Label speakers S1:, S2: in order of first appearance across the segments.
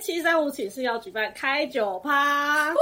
S1: 寝室要举办开酒趴，
S2: 好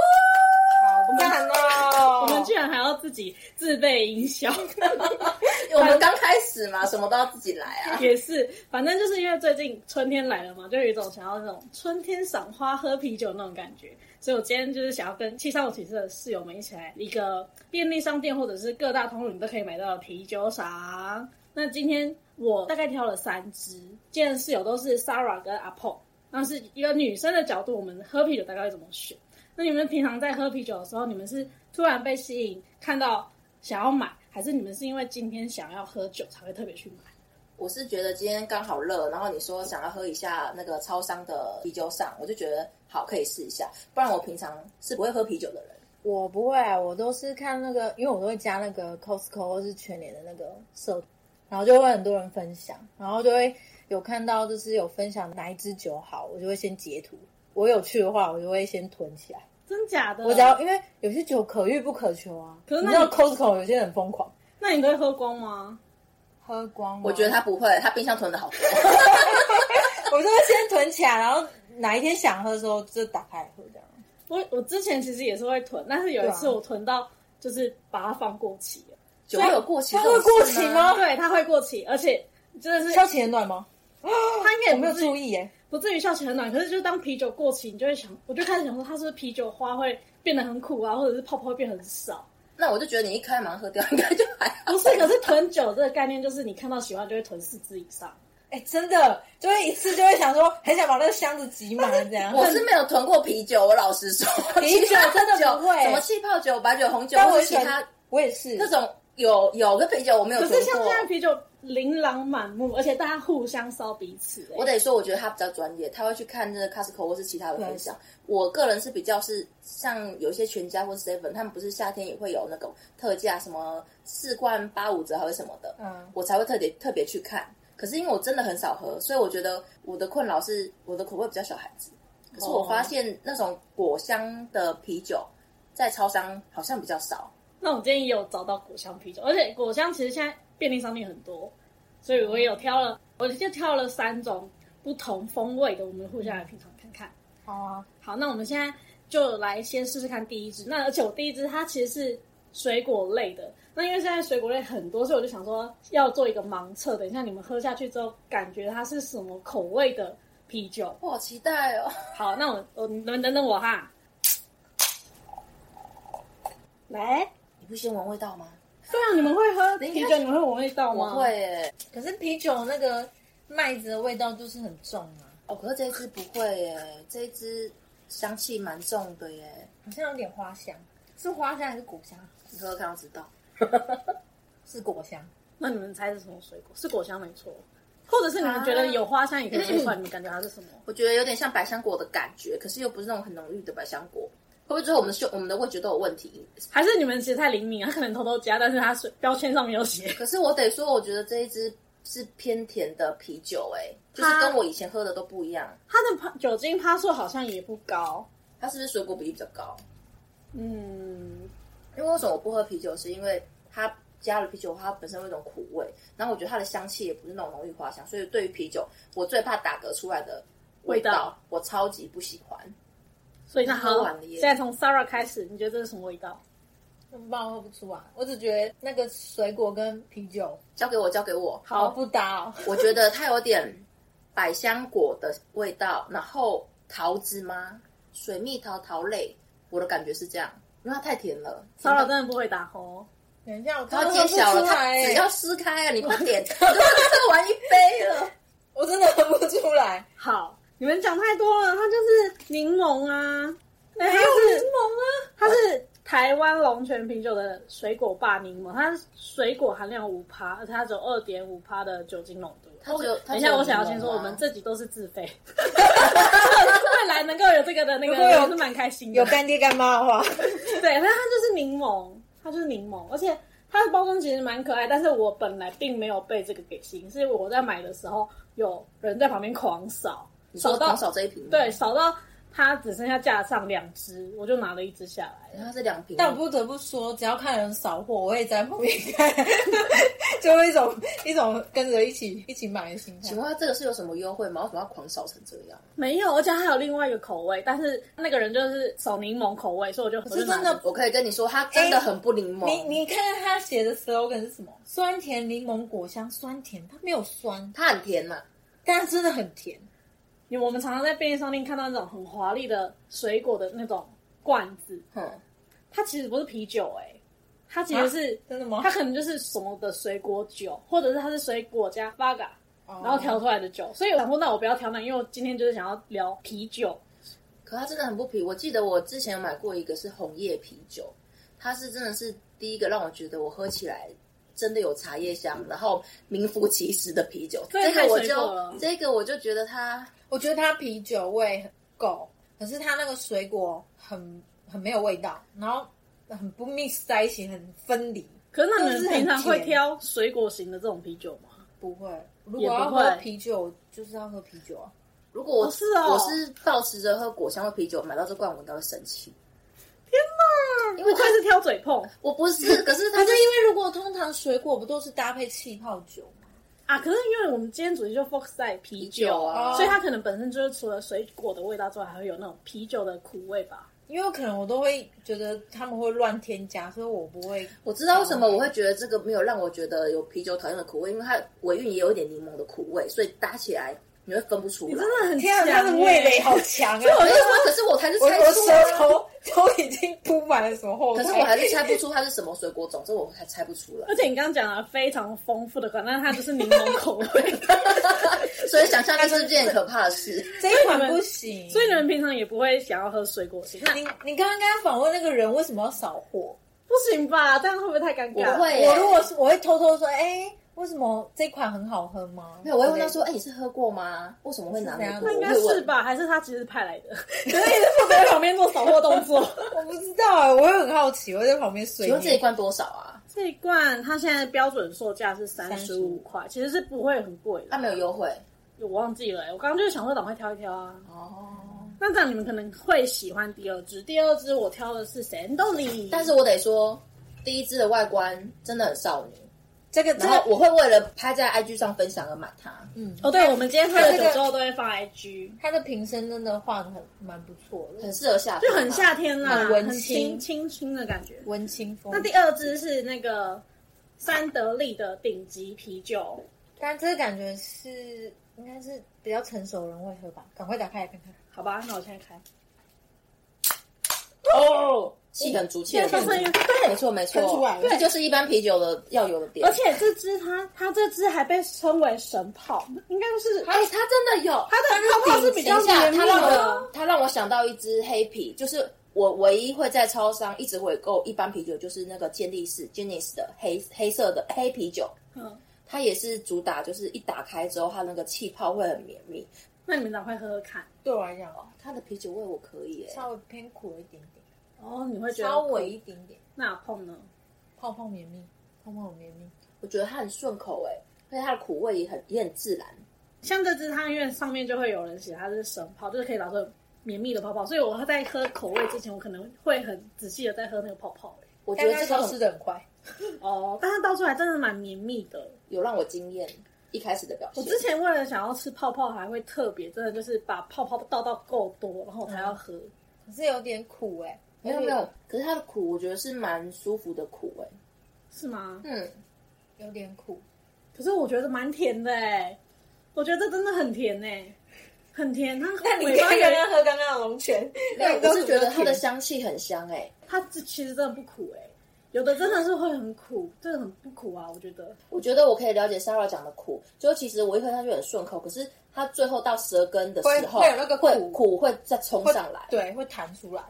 S2: 赞哦！
S1: 我们居然还要自己自备音效，
S3: 我们刚开始嘛，什么都要自己来 啊。
S1: 也是，反正就是因为最近春天来了嘛，就有一种想要那种春天赏花、喝啤酒那种感觉。所以我今天就是想要跟七三五寝室的室友们一起来一个便利商店或者是各大通路你都可以买到的啤酒赏。那今天我大概挑了三支，今天的室友都是 Sarah 跟阿 p o 那是一个女生的角度，我们喝啤酒大概会怎么选？那你们平常在喝啤酒的时候，你们是突然被吸引，看到想要买，还是你们是因为今天想要喝酒才会特别去买？
S3: 我是觉得今天刚好热，然后你说想要喝一下那个超商的啤酒上，我就觉得好可以试一下。不然我平常是不会喝啤酒的人。
S2: 我不会啊，我都是看那个，因为我都会加那个 Costco 或是全联的那个社，然后就会很多人分享，然后就会有看到就是有分享哪一支酒好，我就会先截图。我有去的话，我就会先囤起来。
S1: 真假的？
S2: 我只要因为有些酒可遇不可求啊，
S1: 嗯可是
S2: 你
S1: 那
S2: 知道 Costco 有些人很疯狂，
S1: 那你都会喝光吗？
S2: 喝光。
S3: 我 觉得他不会，他冰箱囤的好多。
S2: 我就会先囤起来，然后哪一天想喝的时候就打开来喝这样。
S1: 我我之前其实也是会囤，但是有一次
S2: 对啊
S1: 我囤到就是把它放过期了。哦
S3: 酒会有过期，
S2: 它会过期吗啊
S1: 对，它会过期，而且真的是
S2: 消期很短吗？
S1: 它应该也
S2: 我没有
S1: 不至于
S2: 注意耶、
S1: 不至于效期很短，可是就是当啤酒过期，你就会想，我就开始想说它是不是啤酒花会变得很苦啊，或者是泡泡会变很少。
S3: 那我就觉得你一开马上喝掉，应该就还好。
S2: 啊
S1: 不是， 可是囤酒这个概念就是你看到喜欢就会囤四支以上。
S2: 哎、真的就会一次就会想说，很想把那个箱子挤满这样。
S3: 我是没有囤过啤酒，我老实说，
S2: 啤酒
S3: 其他
S2: 真的
S3: 酒
S2: 不会
S3: 什么气泡酒、白酒、红酒，
S2: 但
S3: 或
S2: 我
S3: 者其他
S2: 喜欢我也是
S3: 那种有有跟啤酒我没有
S1: 可
S3: 囤
S1: 是像
S2: 啊
S3: 过
S1: 现。在啤酒琳琅满目，而且大家互相烧彼此、欸
S3: 我得说，我觉得他比较专业，他会去看那个 Costco 或是其他的分享。我个人是比较是像有一些全家或 Seven，他们不是夏天也会有那种特价，什么四罐八五折还是什么的，
S2: 嗯
S3: 我才会特别特别去看。可是因为我真的很少喝，所以我觉得我的困扰是我的口味比较小孩子。可是我发现那种果香的啤酒在超商好像比较少，
S1: 那我今天也有找到果香啤酒，而且果香其实现在便利商店很多，所以我也有挑了，我就挑了三种不同风味的，我们互相来品尝看看。
S2: 好啊，
S1: 好，那我们现在就来先试试看第一支。那而且我第一支它其实是水果类的，那因为现在水果类很多，所以我就想说要做一个盲测，等一下你们喝下去之后，感觉它是什么口味的啤酒。
S3: 我好期待哦！
S1: 好，那我我你们等等我哈，来。
S3: 你不先闻味道吗？
S1: 对啊，你们会喝啤酒，你们会闻味道
S3: 我
S1: 吗？
S3: 会耶，
S2: 可是啤酒那个麦子的味道就是很重啊，
S3: 哦，可是这一支不会耶，这一支香气蛮重的耶。
S2: 好像有点花香，是花香还是果香？
S3: 你喝喝看就知道。
S2: 是果香。
S1: 那你们猜是什么水果？是果香没错，或者是你们觉得有花香也可以说 出来，你们感觉它是什么？
S3: 我觉得有点像百香果的感觉，可是又不是那种很浓郁的百香果。会不会最后我们的嗅我们的味觉都有问题？
S1: 还是你们其实太灵敏，它啊可能偷偷加，但是它水标签上没有写。
S3: 可是我得说，我觉得这一支是偏甜的啤酒、哎，就是跟我以前喝的都不一样。
S1: 它的趴酒精趴数好像也不高，
S3: 它是不是水果比例比较高？
S1: 嗯，
S3: 因为为什么我不喝啤酒，是因为它加了啤酒，它本身有一种苦味，然后我觉得它的香气也不是那种浓郁花香，所以对于啤酒，我最怕打嗝出来的味道，
S1: 味道
S3: 我超级不喜欢。
S1: 所以它
S3: 喝完了耶
S1: 现在从 Sarah 开始，你觉得这是什么味道？
S2: 我不知道喝不出来，我只觉得那个水果跟啤酒
S3: 交给我，交给我。
S1: 好
S2: 不搭哦。
S3: 我觉得它有点百香果的味道，然后桃子吗？水蜜桃桃类，我的感觉是这样，因为它太甜了。
S1: ，Sarah 真的不会打吼，
S2: 等一下，我
S3: 它
S2: 真的喝
S3: 揭
S2: 不
S3: 晓了，
S2: 出
S3: 它
S2: 来
S3: 只
S2: 欸、
S3: 要撕开了，你快点，我都喝完一杯 了。
S2: 我真的喝不出来。
S1: 好，你们讲太多了，它就是柠檬啊，哎、它
S2: 有
S1: 是
S2: 柠檬啊，
S1: 它是台湾龙泉啤酒的水果霸柠檬，它水果含量五趴，而且它只有二点五趴的酒精浓度。
S3: 它只有它
S1: 等一
S3: 只
S1: 下，
S3: 有
S1: 我想要
S3: 柠檬啊
S1: 先说，
S3: 吗
S1: 我们这集都是自费， 未来能够有这个的那个，
S2: 如果有
S1: 我是蛮开心的。
S2: 有干爹干妈的话，
S1: 对，那它就是柠檬，它就是柠檬，而且它的包装其实蛮可爱。但是我本来并没有被这个给吸引，是我在买的时候有人在旁边狂扫，
S3: 你
S1: 扫
S3: 说
S1: 到
S3: 少这一瓶吗，
S1: 对，扫到它只剩下架上两只，我就拿了一只下来了。
S3: 它是两瓶，
S2: 但我不得不说，只要看人扫货，我也在旁边看， 就会一种一种跟着一起一起买的心态
S3: 请。问它这个是有什么优惠吗？为什么要狂扫成这样？
S1: 没有，而且还有另外一个口味，但是那个人就是手柠檬口味，所以我就我就
S2: 真
S1: 拿
S2: 的
S3: 我可以跟你说，它
S1: 哎
S3: 真的很不柠檬。
S2: 你你看看他写的 slogan 是什么？酸甜柠檬果香，酸甜，它没有酸，
S3: 它很甜嘛？
S2: 但它真的很甜。
S1: 你我们常常在便利商店看到那种很华丽的水果的那种罐子，
S2: 嗯
S3: 哼，
S1: 它其实不是啤酒哎、它
S2: 啊
S1: 其实是、
S2: 真的吗
S1: 它可能就是什么的水果酒，或者是它是水果加 v a g a
S2: 哦
S1: 然后调出来的酒。所以我想说，那我不要调奶，因为我今天就是想要聊啤酒。
S3: 可它真的很不皮。我记得我之前有买过一个是红叶啤酒，它是真的是第一个让我觉得我喝起来真的有茶叶香，然后名副其实的啤酒。
S1: 这也
S3: 这
S1: 太
S3: 个我
S1: 水果了
S3: 就这个我就觉得它
S2: 我觉得它啤酒味很够，可是它那个水果很很没有味道，然后很不 mix 在一起，很分离。
S1: 可是那你
S2: 就是
S1: 们
S2: 很
S1: 平常会
S2: 甜
S1: 挑水果型的这种啤酒吗？
S2: 不会，如
S1: 也
S2: 果
S1: 不
S2: 要
S1: 会
S2: 喝啤酒，就是要喝啤酒啊。
S3: 如果我、
S1: 哦是哦
S3: 我是保持着喝果香的啤酒，买到这罐我应该会生气。
S1: 因为它是挑嘴碰
S3: 我不是，
S1: 嗯
S3: 可是
S2: 可
S3: 它
S2: 是
S3: 就
S2: 因为如果通常水果不都是搭配气泡酒吗？
S1: 啊。可是因为我们今天主题就 focus 在啤酒
S3: 啤酒啊
S1: 所以它可能本身就是除了水果的味道之外，还会有那种啤酒的苦味吧。
S2: 因为可能我都会觉得他们会乱添加，所以我不会。
S3: 我知道为什
S1: 哦
S3: 么我会觉得这个没有让我觉得有啤酒讨厌的苦味，因为它尾韵也有一点柠檬的苦味，所以搭起来你会分不出来。
S1: 真的很
S2: 天啊，
S1: 强
S2: 他的
S1: 耶
S2: 味蕾好强 啊！
S3: 我就说，可是我还是
S2: 我
S3: 猜
S2: 我
S3: 不出来啊
S2: 舌。头都已经铺满了什么后
S3: 可
S2: 台，
S3: 是我还是猜不出它是什么水果种，这我还猜不出来
S1: 而。且你刚刚讲了非常丰富的款，但是它就是柠檬口味，
S3: 所以想象力是件很可怕的事。
S2: 这一款不行。
S1: 所以你们平常也不会想要喝水果型。那
S2: 你你刚刚刚访问那个人为什么要扫货？
S1: 不行吧？这样会不会太尴尬？
S3: 我会耶
S2: 我如果是我会偷偷说，哎、为什么这款很好喝吗？
S3: 没有，我会问他说：“哎、你是喝过吗？为什么会拿那么多？”
S1: 那应该
S3: 我会
S1: 是
S3: 问。
S1: 吧？还是他其实是派来的？可是你是负责在旁边做扫货动作。
S2: 我不知道、哎，我会很好奇，我会在旁边随
S3: 请问这一
S2: 你。
S3: 罐多少啊？
S1: 这一罐它现在标准售价是三十五块，其实是不会很贵
S3: 它
S1: 的。
S3: 没有优惠
S1: 我忘记了、我刚刚就是想说赶快挑一挑啊。
S3: 哦。
S1: 那这样你们可能会喜欢第二支，第二支我挑的是 Sandoli，
S3: 但是我得说，第一支的外观真的很少女，
S2: 这个这
S3: 然后
S2: 个
S3: 我会为了拍在 IG 上分享而买它。
S2: 嗯，
S1: 哦，对，我们今天喝了
S2: 它这
S1: 酒
S2: 个
S1: 之后都会放 IG。
S2: 它的瓶身真的画的很蛮不错的，
S3: 很适合夏天
S1: 就
S3: 吧，
S1: 很夏天啦，
S2: 很温
S1: 很
S2: 馨
S1: 清清新的感觉。
S2: 文青风。
S1: 那第二支是那个三得利的顶级啤酒，
S2: 但这个感觉是应该是比较成熟人会喝吧？赶快打开来看看。
S1: 好吧？那我现在开，
S3: 哦，气很足，气很
S1: 它
S3: 足
S1: 声音，
S3: 没错没错
S2: 喷出来，了
S3: 这就是一般啤酒的要有的点
S1: 而。且这支它它这支还被称为神炮，应该就是
S3: 哎，它真的有，
S1: 它的泡泡是比较
S3: 等一下，
S1: 绵密
S3: 它让
S1: 的啊
S3: 我。它让我想到一支黑啤，就是我唯一会在超商一直回购一般啤酒，就是那个健力士 Guinness 的黑黑色的黑啤酒，
S1: 嗯，
S3: 它也是主打就是一打开之后，它那个气泡会很绵密。
S1: 那你们等会喝喝看
S2: 对我来讲哦，
S3: 它的啤酒味我可以欸耶，
S2: 稍微偏苦了一点点，
S1: 哦，你会觉得
S2: 稍微一点点，
S1: 那碰呢？
S2: 泡泡绵密，泡泡很绵密。
S3: 我觉得它很顺口哎，而且它的苦味也很也很自然。
S1: 像这支它因为上面就会有人写它是神泡，就是可以打出绵密的泡泡，所以我在喝口味之前，我可能会很仔细的在喝那个泡泡、欸
S3: 我觉
S2: 刚
S3: 得
S2: 刚
S3: 这
S2: 消
S3: 个
S2: 失
S3: 很
S2: 的很快，
S1: 哦，但它倒出来真的蛮绵密的。
S3: 有让我惊艳一开始的表
S1: 我
S3: 现。
S1: 之前为了想要吃泡泡，还会特别真的就是把泡泡倒到够多，然后我才要喝。
S2: 可是有点苦哎、
S3: 没有没有，可是它的苦我觉得是蛮舒服的苦哎、
S1: 是吗？
S3: 嗯，
S2: 有点苦。
S1: 可是我觉得蛮甜的哎、我觉得这真的很甜哎、很甜。它尾巴
S2: 刚
S1: 有
S2: 刚喝刚刚的龙泉，
S3: 没有，我是觉得它的香气很香哎、
S1: 它这其实真的不苦哎、有的真的是会很苦，这个很不苦啊，我觉得。
S3: 我觉得我可以了解 Sarah 讲的苦，就其实我一喝下去很顺口，可是它最后到舌根的时候，
S2: 会会有那个苦
S3: 会苦会再冲上来。
S2: 对，会弹出来。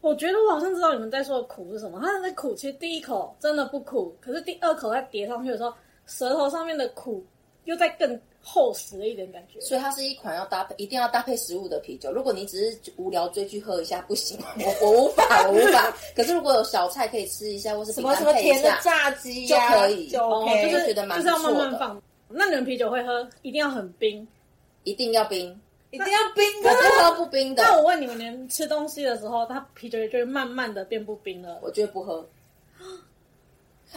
S1: 我觉得我好像知道你们在说的苦是什么。它的苦其实第一口真的不苦，可是第二口再叠上去的时候，舌头上面的苦又再更厚实了一点感觉。
S3: 所以它是一款要搭配，一定要搭配食物的啤酒。如果你只是无聊追剧喝一下，不 行，我我无法，我无法。可是如果有小菜可以吃一下，或是
S2: 什
S3: 饼
S2: 么
S3: 干
S2: 什么
S3: 配一
S2: 甜的
S3: 下，
S2: 炸鸡呀、
S3: 就可以
S2: 就
S1: 哦，
S2: OK，、
S1: 就是
S3: 觉得蛮
S1: 就是
S3: 不
S1: 要慢
S3: 错
S1: 慢
S3: 的
S1: 放。那你们啤酒会喝，一定要很冰，
S3: 一定要冰。
S2: 一定要冰的
S3: 我。
S2: 啊
S3: 不喝不冰的，
S1: 那我问你们，连吃东西的时候，它啤酒就会慢慢的变不冰了。
S3: 我觉得不 喝。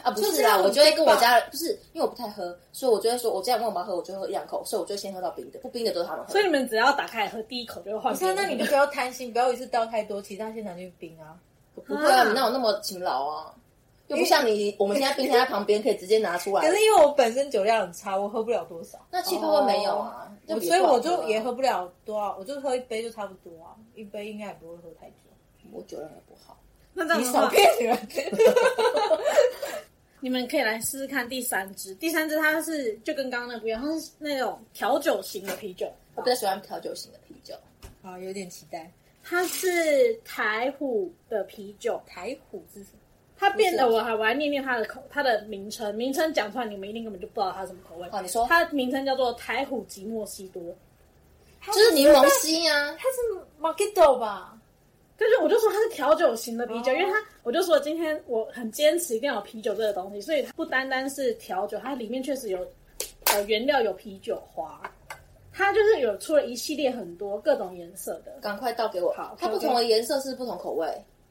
S3: 啊，不
S2: 就是是
S3: 啦，
S2: 很
S3: 我就会跟我
S2: 冰
S3: 家人，不是因为我不太喝，所以我就会说，我家人问我要喝，我就喝一两口，所以我就先喝到冰的，不冰的都是他们喝。
S1: 所以你们只要打开来喝第一口就会换
S2: 不
S1: 别
S2: 是
S1: 人
S2: 啊，
S1: 的。
S2: 那你就不要贪心，不要一次倒太多，其他现场去冰啊。
S3: 不会啊，
S1: 啊
S3: 你哪有那么勤劳啊？又不像你，我们现在冰箱在旁边可以直接拿出
S2: 可
S3: 来
S2: 是。因为我本身酒量很差，我喝不了多少，
S3: 那气泡会没有啊？
S2: 哦我
S3: 别
S2: 所以
S3: 管
S2: 我就
S3: 了
S2: 也喝，不了多少，我就喝一杯就差不多啊，一杯应该也不会喝太久。
S3: 我酒量也不好。
S1: 那这样
S2: 你
S1: 的
S2: 少
S1: 话，
S2: 骗人！
S1: 你们可以来试试看第三支。第三支它是就跟刚刚那不一样，它是那种调酒型的啤酒，
S3: 我比较喜欢调酒型的啤酒，
S2: 好，有点期待。
S1: 它是台虎的啤酒。
S2: 台虎是什么？
S1: 它变得我还我还念念它的口它的名称，名称讲出来你们一定根本就不知道它什么口味。
S3: 好你说
S1: 它名称叫做台虎吉莫西多，
S3: 就是柠檬烯啊。
S2: 它是 Mojito 吧？
S1: 但是我就说它是调酒型的啤酒，
S2: 哦
S1: 因为它我就说今天我很坚持一定要有啤酒这个东西，所以它不单单是调酒，它里面确实有呃原料有啤酒花，它就是有出了一系列很多各种颜色的。
S3: 赶快倒给我。
S1: 好
S3: 它不同的颜色是不同口味。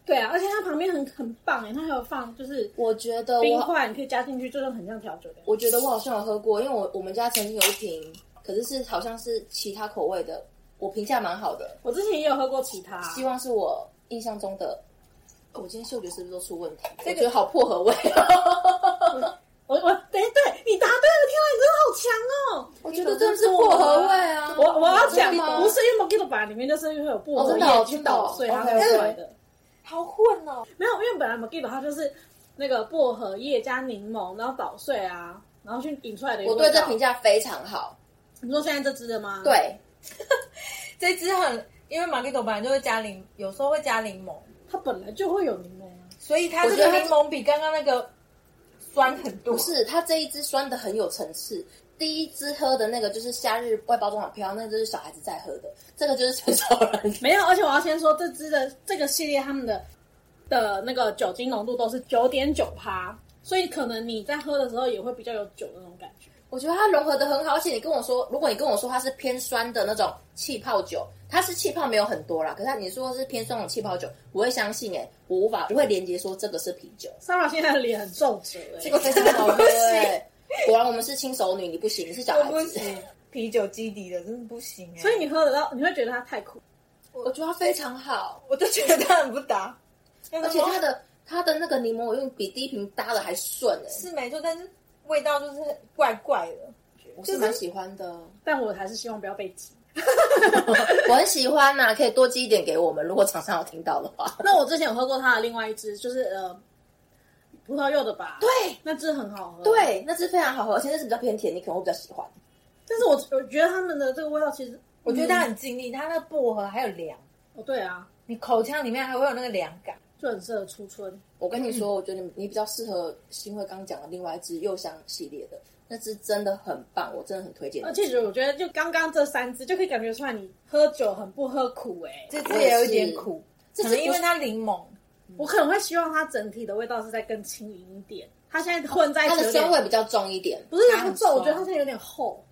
S1: 对啊，而且它旁边很很棒哎，它还有放就是
S3: 我觉得
S1: 冰
S3: 我，
S1: 块，你可以加进去，就是很像调酒的。
S3: 我觉得我好像有喝过，因为我我们家曾经有一瓶，可是是好像是其他口味的，我评价蛮好的，
S1: 我之前也有喝过其他，
S3: 希望是我印象中的。哦我今天嗅觉是不是都出问题？
S2: 这个
S3: 我觉得好薄荷味啊！
S1: 我我对对，你答对了，天啊，你真的好强哦！
S3: 我觉得真的是薄荷味啊！
S1: 我我要讲
S3: 真的吗
S1: 不是因为 m o j i t o 版里面就是因为有薄
S3: 哦
S1: 荷
S3: 真
S1: 叶
S3: 的哦
S1: 去
S3: 真的哦
S1: 捣碎它
S3: OK，
S1: 才出
S3: OK
S1: 来的。
S2: 好混哦！
S1: 没有，因为本来 m o j i t o 它就是那个薄荷叶加柠檬，然后捣碎啊，然后去引出来的一个
S3: 我
S1: 味道。
S3: 对这评价非常好。
S1: 你说现在这支的吗？，
S3: 对，
S2: 这支很，因为 Mojito 本来就会加柠，有时候会加柠檬，
S1: 它本来就会有柠檬啊。
S2: 所以它
S3: 我
S2: 这
S3: 觉得
S2: 个
S3: 它
S2: 柠檬比刚刚那个酸很多。
S3: 不是，它这一支酸的很有层次。第一支喝的那个就是夏日外包装很漂亮，那个就是小孩子在喝的，这个就是成熟人。
S1: 没有，而且我要先说这支的这个系列他们的的那个酒精浓度都是九点九趴，所以可能你在喝的时候也会比较有酒的那种感觉。
S3: 我觉得它融合的很好，而且你跟我说，如果你跟我说它是偏酸的那种气泡酒，它是气泡没有很多啦，可是它你说是偏酸的气泡酒，我会相信哎、我无法不会连接说这个是啤 酒，
S1: Sara 现在的脸很皱褶哎、
S3: 这个非常好喝哎、果然我们是轻熟女，你不行，你是小
S2: 我
S3: 孩
S2: 不
S3: 子。
S2: 行，啤酒基底的真的不行哎、
S1: 所以你喝得到，你会觉得它太苦。
S3: 我觉得它非常好，
S2: 我就觉得它很不搭，
S3: 而
S2: 而
S3: 且它的它的那个柠檬，我用比第一瓶搭的还顺哎、
S2: 是没错，但是味道就是怪怪的。
S3: 我是蛮喜欢的。
S1: 但我还是希望不要被挤。
S3: 我很喜欢呐、可以多寄一点给我们，如果厂商有听到的话。
S1: 那我之前有喝过它的另外一支，就是呃葡萄柚的吧？对，
S3: 对
S1: 那支很好喝。，
S3: 对，那支非常好喝，而且那是比较偏甜，你可能会比较喜欢。
S1: 但是我我觉得他们的这个味道其实，嗯
S2: 我觉得它很尽力，
S3: 嗯
S2: 它那薄荷还有凉，
S1: 哦对啊，
S2: 你口腔里面还会有那个凉感。
S1: 就很适合初春。
S3: 我跟你说，我觉得你你比较适合新会刚讲的另外一支柚香系列的，那支真的很棒，我真的很推荐你。
S1: 而且我觉得就刚刚这三支就可以感觉出来，你喝酒很不喝苦哎、
S2: 这支也有一点苦，
S3: 这
S2: 可
S3: 支
S2: 能因
S3: 不
S2: 为
S3: 是
S2: 它柠檬，
S1: 我可能会希望它整体的味道是再更轻盈一点。它现在混在一
S3: 它
S1: 起
S3: 的
S1: 有点
S3: 酸味比较重一点，
S1: 不是它
S2: 它
S1: 不
S2: 很
S1: 重，我觉得它
S2: 酸
S1: 现在有点厚。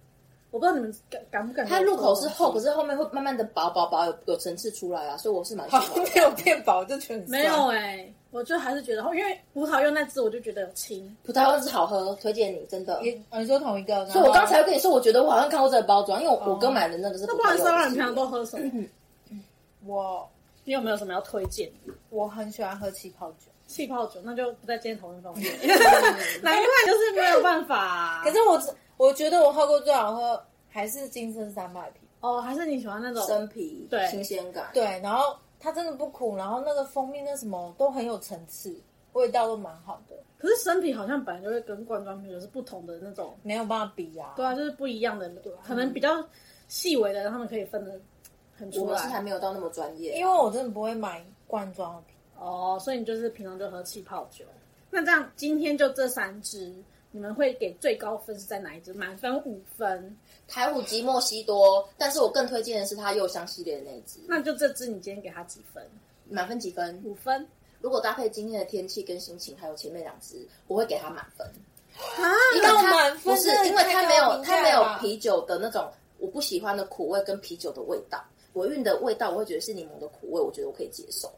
S1: 我不知道你们敢敢不敢觉
S3: 它
S1: 得
S3: 入
S1: 我
S3: 口
S1: 这
S3: 是
S1: 种
S3: 厚，
S1: 东
S3: 可
S1: 西
S3: 是后面会慢慢的薄薄薄有有层次出来啊，所以我是蛮喜
S2: 好
S3: 欢的。
S2: 没有变薄，就全
S1: 没有哎、我就还是觉得，因为葡萄柚那支我就觉得有轻，
S3: 葡萄柚汁好喝，推荐你真的。
S2: 也哦你说同一个，
S3: 所以我刚才跟你说，我觉得我好像看过这个包装，因为我我哥买的那个是葡
S1: 哦那不然
S3: 萄柚汁。
S1: 骚啊扰你平常都喝什么？
S2: 我
S1: 你有没有什么要推荐的
S2: 我很喜欢喝气泡酒，
S1: 气泡酒？那就不在今天讨论方面， 难怪就是没有办法、啊
S2: 可是我只我觉得我喝过最好喝还是金针山脉啤，
S1: 哦，还是你喜欢那种
S3: 生皮，
S1: 对
S3: 新鲜感，
S2: 对，然后它真的不苦，然后那个蜂蜜那什么都很有层次，味道都蛮好的，
S1: 可是生啤好像本来就会跟罐装啤酒是不同的那种，
S2: 没有办法比啊。
S1: 对啊，就是不一样的，可能比较细微的，他们可以分得很
S3: 我
S1: 出
S3: 们是还
S1: 来。
S3: 没有到那么专业，
S2: 因为我真的不会买罐装的啤，
S1: 哦，所以你就是平常就喝气泡酒。那这样今天就这三支，你们会给最高分是在哪一支？满分五分，
S3: 台虎及莫西多，但是我更推荐的是它柚香系列的那一支，
S1: 那就这支你今天给它几分？
S3: 满分几分？
S1: 五分
S3: 如果搭配今天的天气跟心情，还有前面两支，我会给它满分，
S1: 啊？
S3: 因为它
S2: 那满分
S3: 不是
S2: 真的
S3: 因为它没
S2: 太高
S3: 有
S2: 评价
S3: 它没有
S2: 了
S3: 啤酒的那种我不喜欢的苦味跟啤酒的味道。果韵的味道，我会觉得是柠檬的苦味，我觉得我可以接受。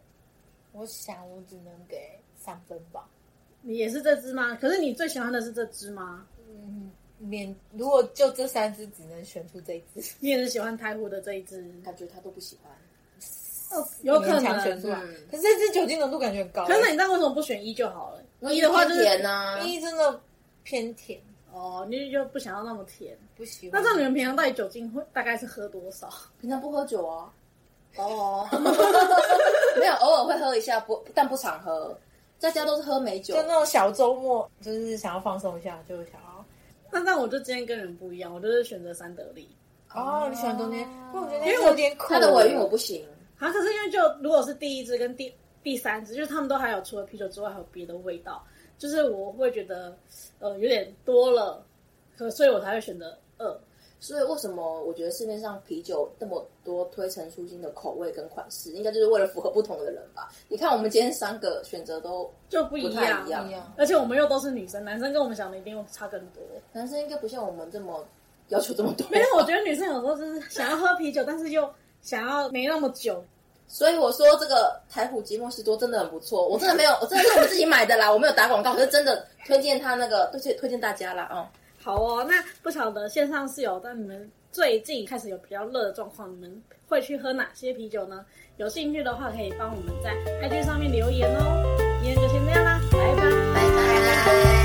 S2: 我想我只能给三分吧。
S1: 你也是这支吗？可是你最喜欢的是这支吗？
S2: 嗯，免如果就这三支，只能选出这一支，
S1: 你也是喜欢台湖的这一支？
S3: 感觉他都不喜欢。
S1: 哦，有可
S2: 勉强选出
S1: 能。
S2: 来。
S3: 嗯
S2: 可是这支酒精浓度感觉很高、
S1: 可是那你知道为什么不选一就好了？一的话就是
S3: 甜啊呐、
S1: 啊
S2: 一真的偏甜，
S1: 哦，你就不想要那么甜。
S2: 不喜欢。
S1: 那像你们平常到底酒精会大概是喝多少？
S3: 平常不喝酒啊，哦，没有，偶尔会喝一下，不但不常喝，在家都是喝美酒
S2: 就。那种小周末，就是想要放松一下，就想要。
S1: 那那我就今天跟人不一样，我就是选择三得利。
S2: 哦，你喜欢冬天？不过我觉得
S1: 因为我
S2: 有点苦。
S3: 他的尾韵我不行，
S1: 啊，可是因为就如果是第一支跟第第三支，就是他们都还有除了啤酒之外还有别的味道，就是我会觉得呃有点多了，可所以我才会选择二。
S3: 所以为什么我觉得市面上啤酒那么多推陈出新的口味跟款式，应该就是为了符合不同的人吧？你看我们今天三个选择都
S1: 就不一
S3: 不太
S1: 样，
S3: 一样
S2: 一样
S1: 而且我们又都是女生，男生跟我们想的一定差更多。
S3: 男生应该不像我们这么要求这么多。
S1: 没有，我觉得女生有时候就是想要喝啤酒，但是又想要没那么久。
S3: 所以我说这个台虎及墨西多真的很不错，我真的没有，我真的是我们自己买的啦，我没有打广告，可是真的推荐他那个，推荐推荐大家啦，哦、
S1: 好哦，那不晓得线上室友，但你们最近开始有比较热的状况，你们会去喝哪些啤酒呢？有兴趣的话，可以帮我们在 IG 上面留言哦。今天就先这样啦，拜拜。
S3: 拜拜。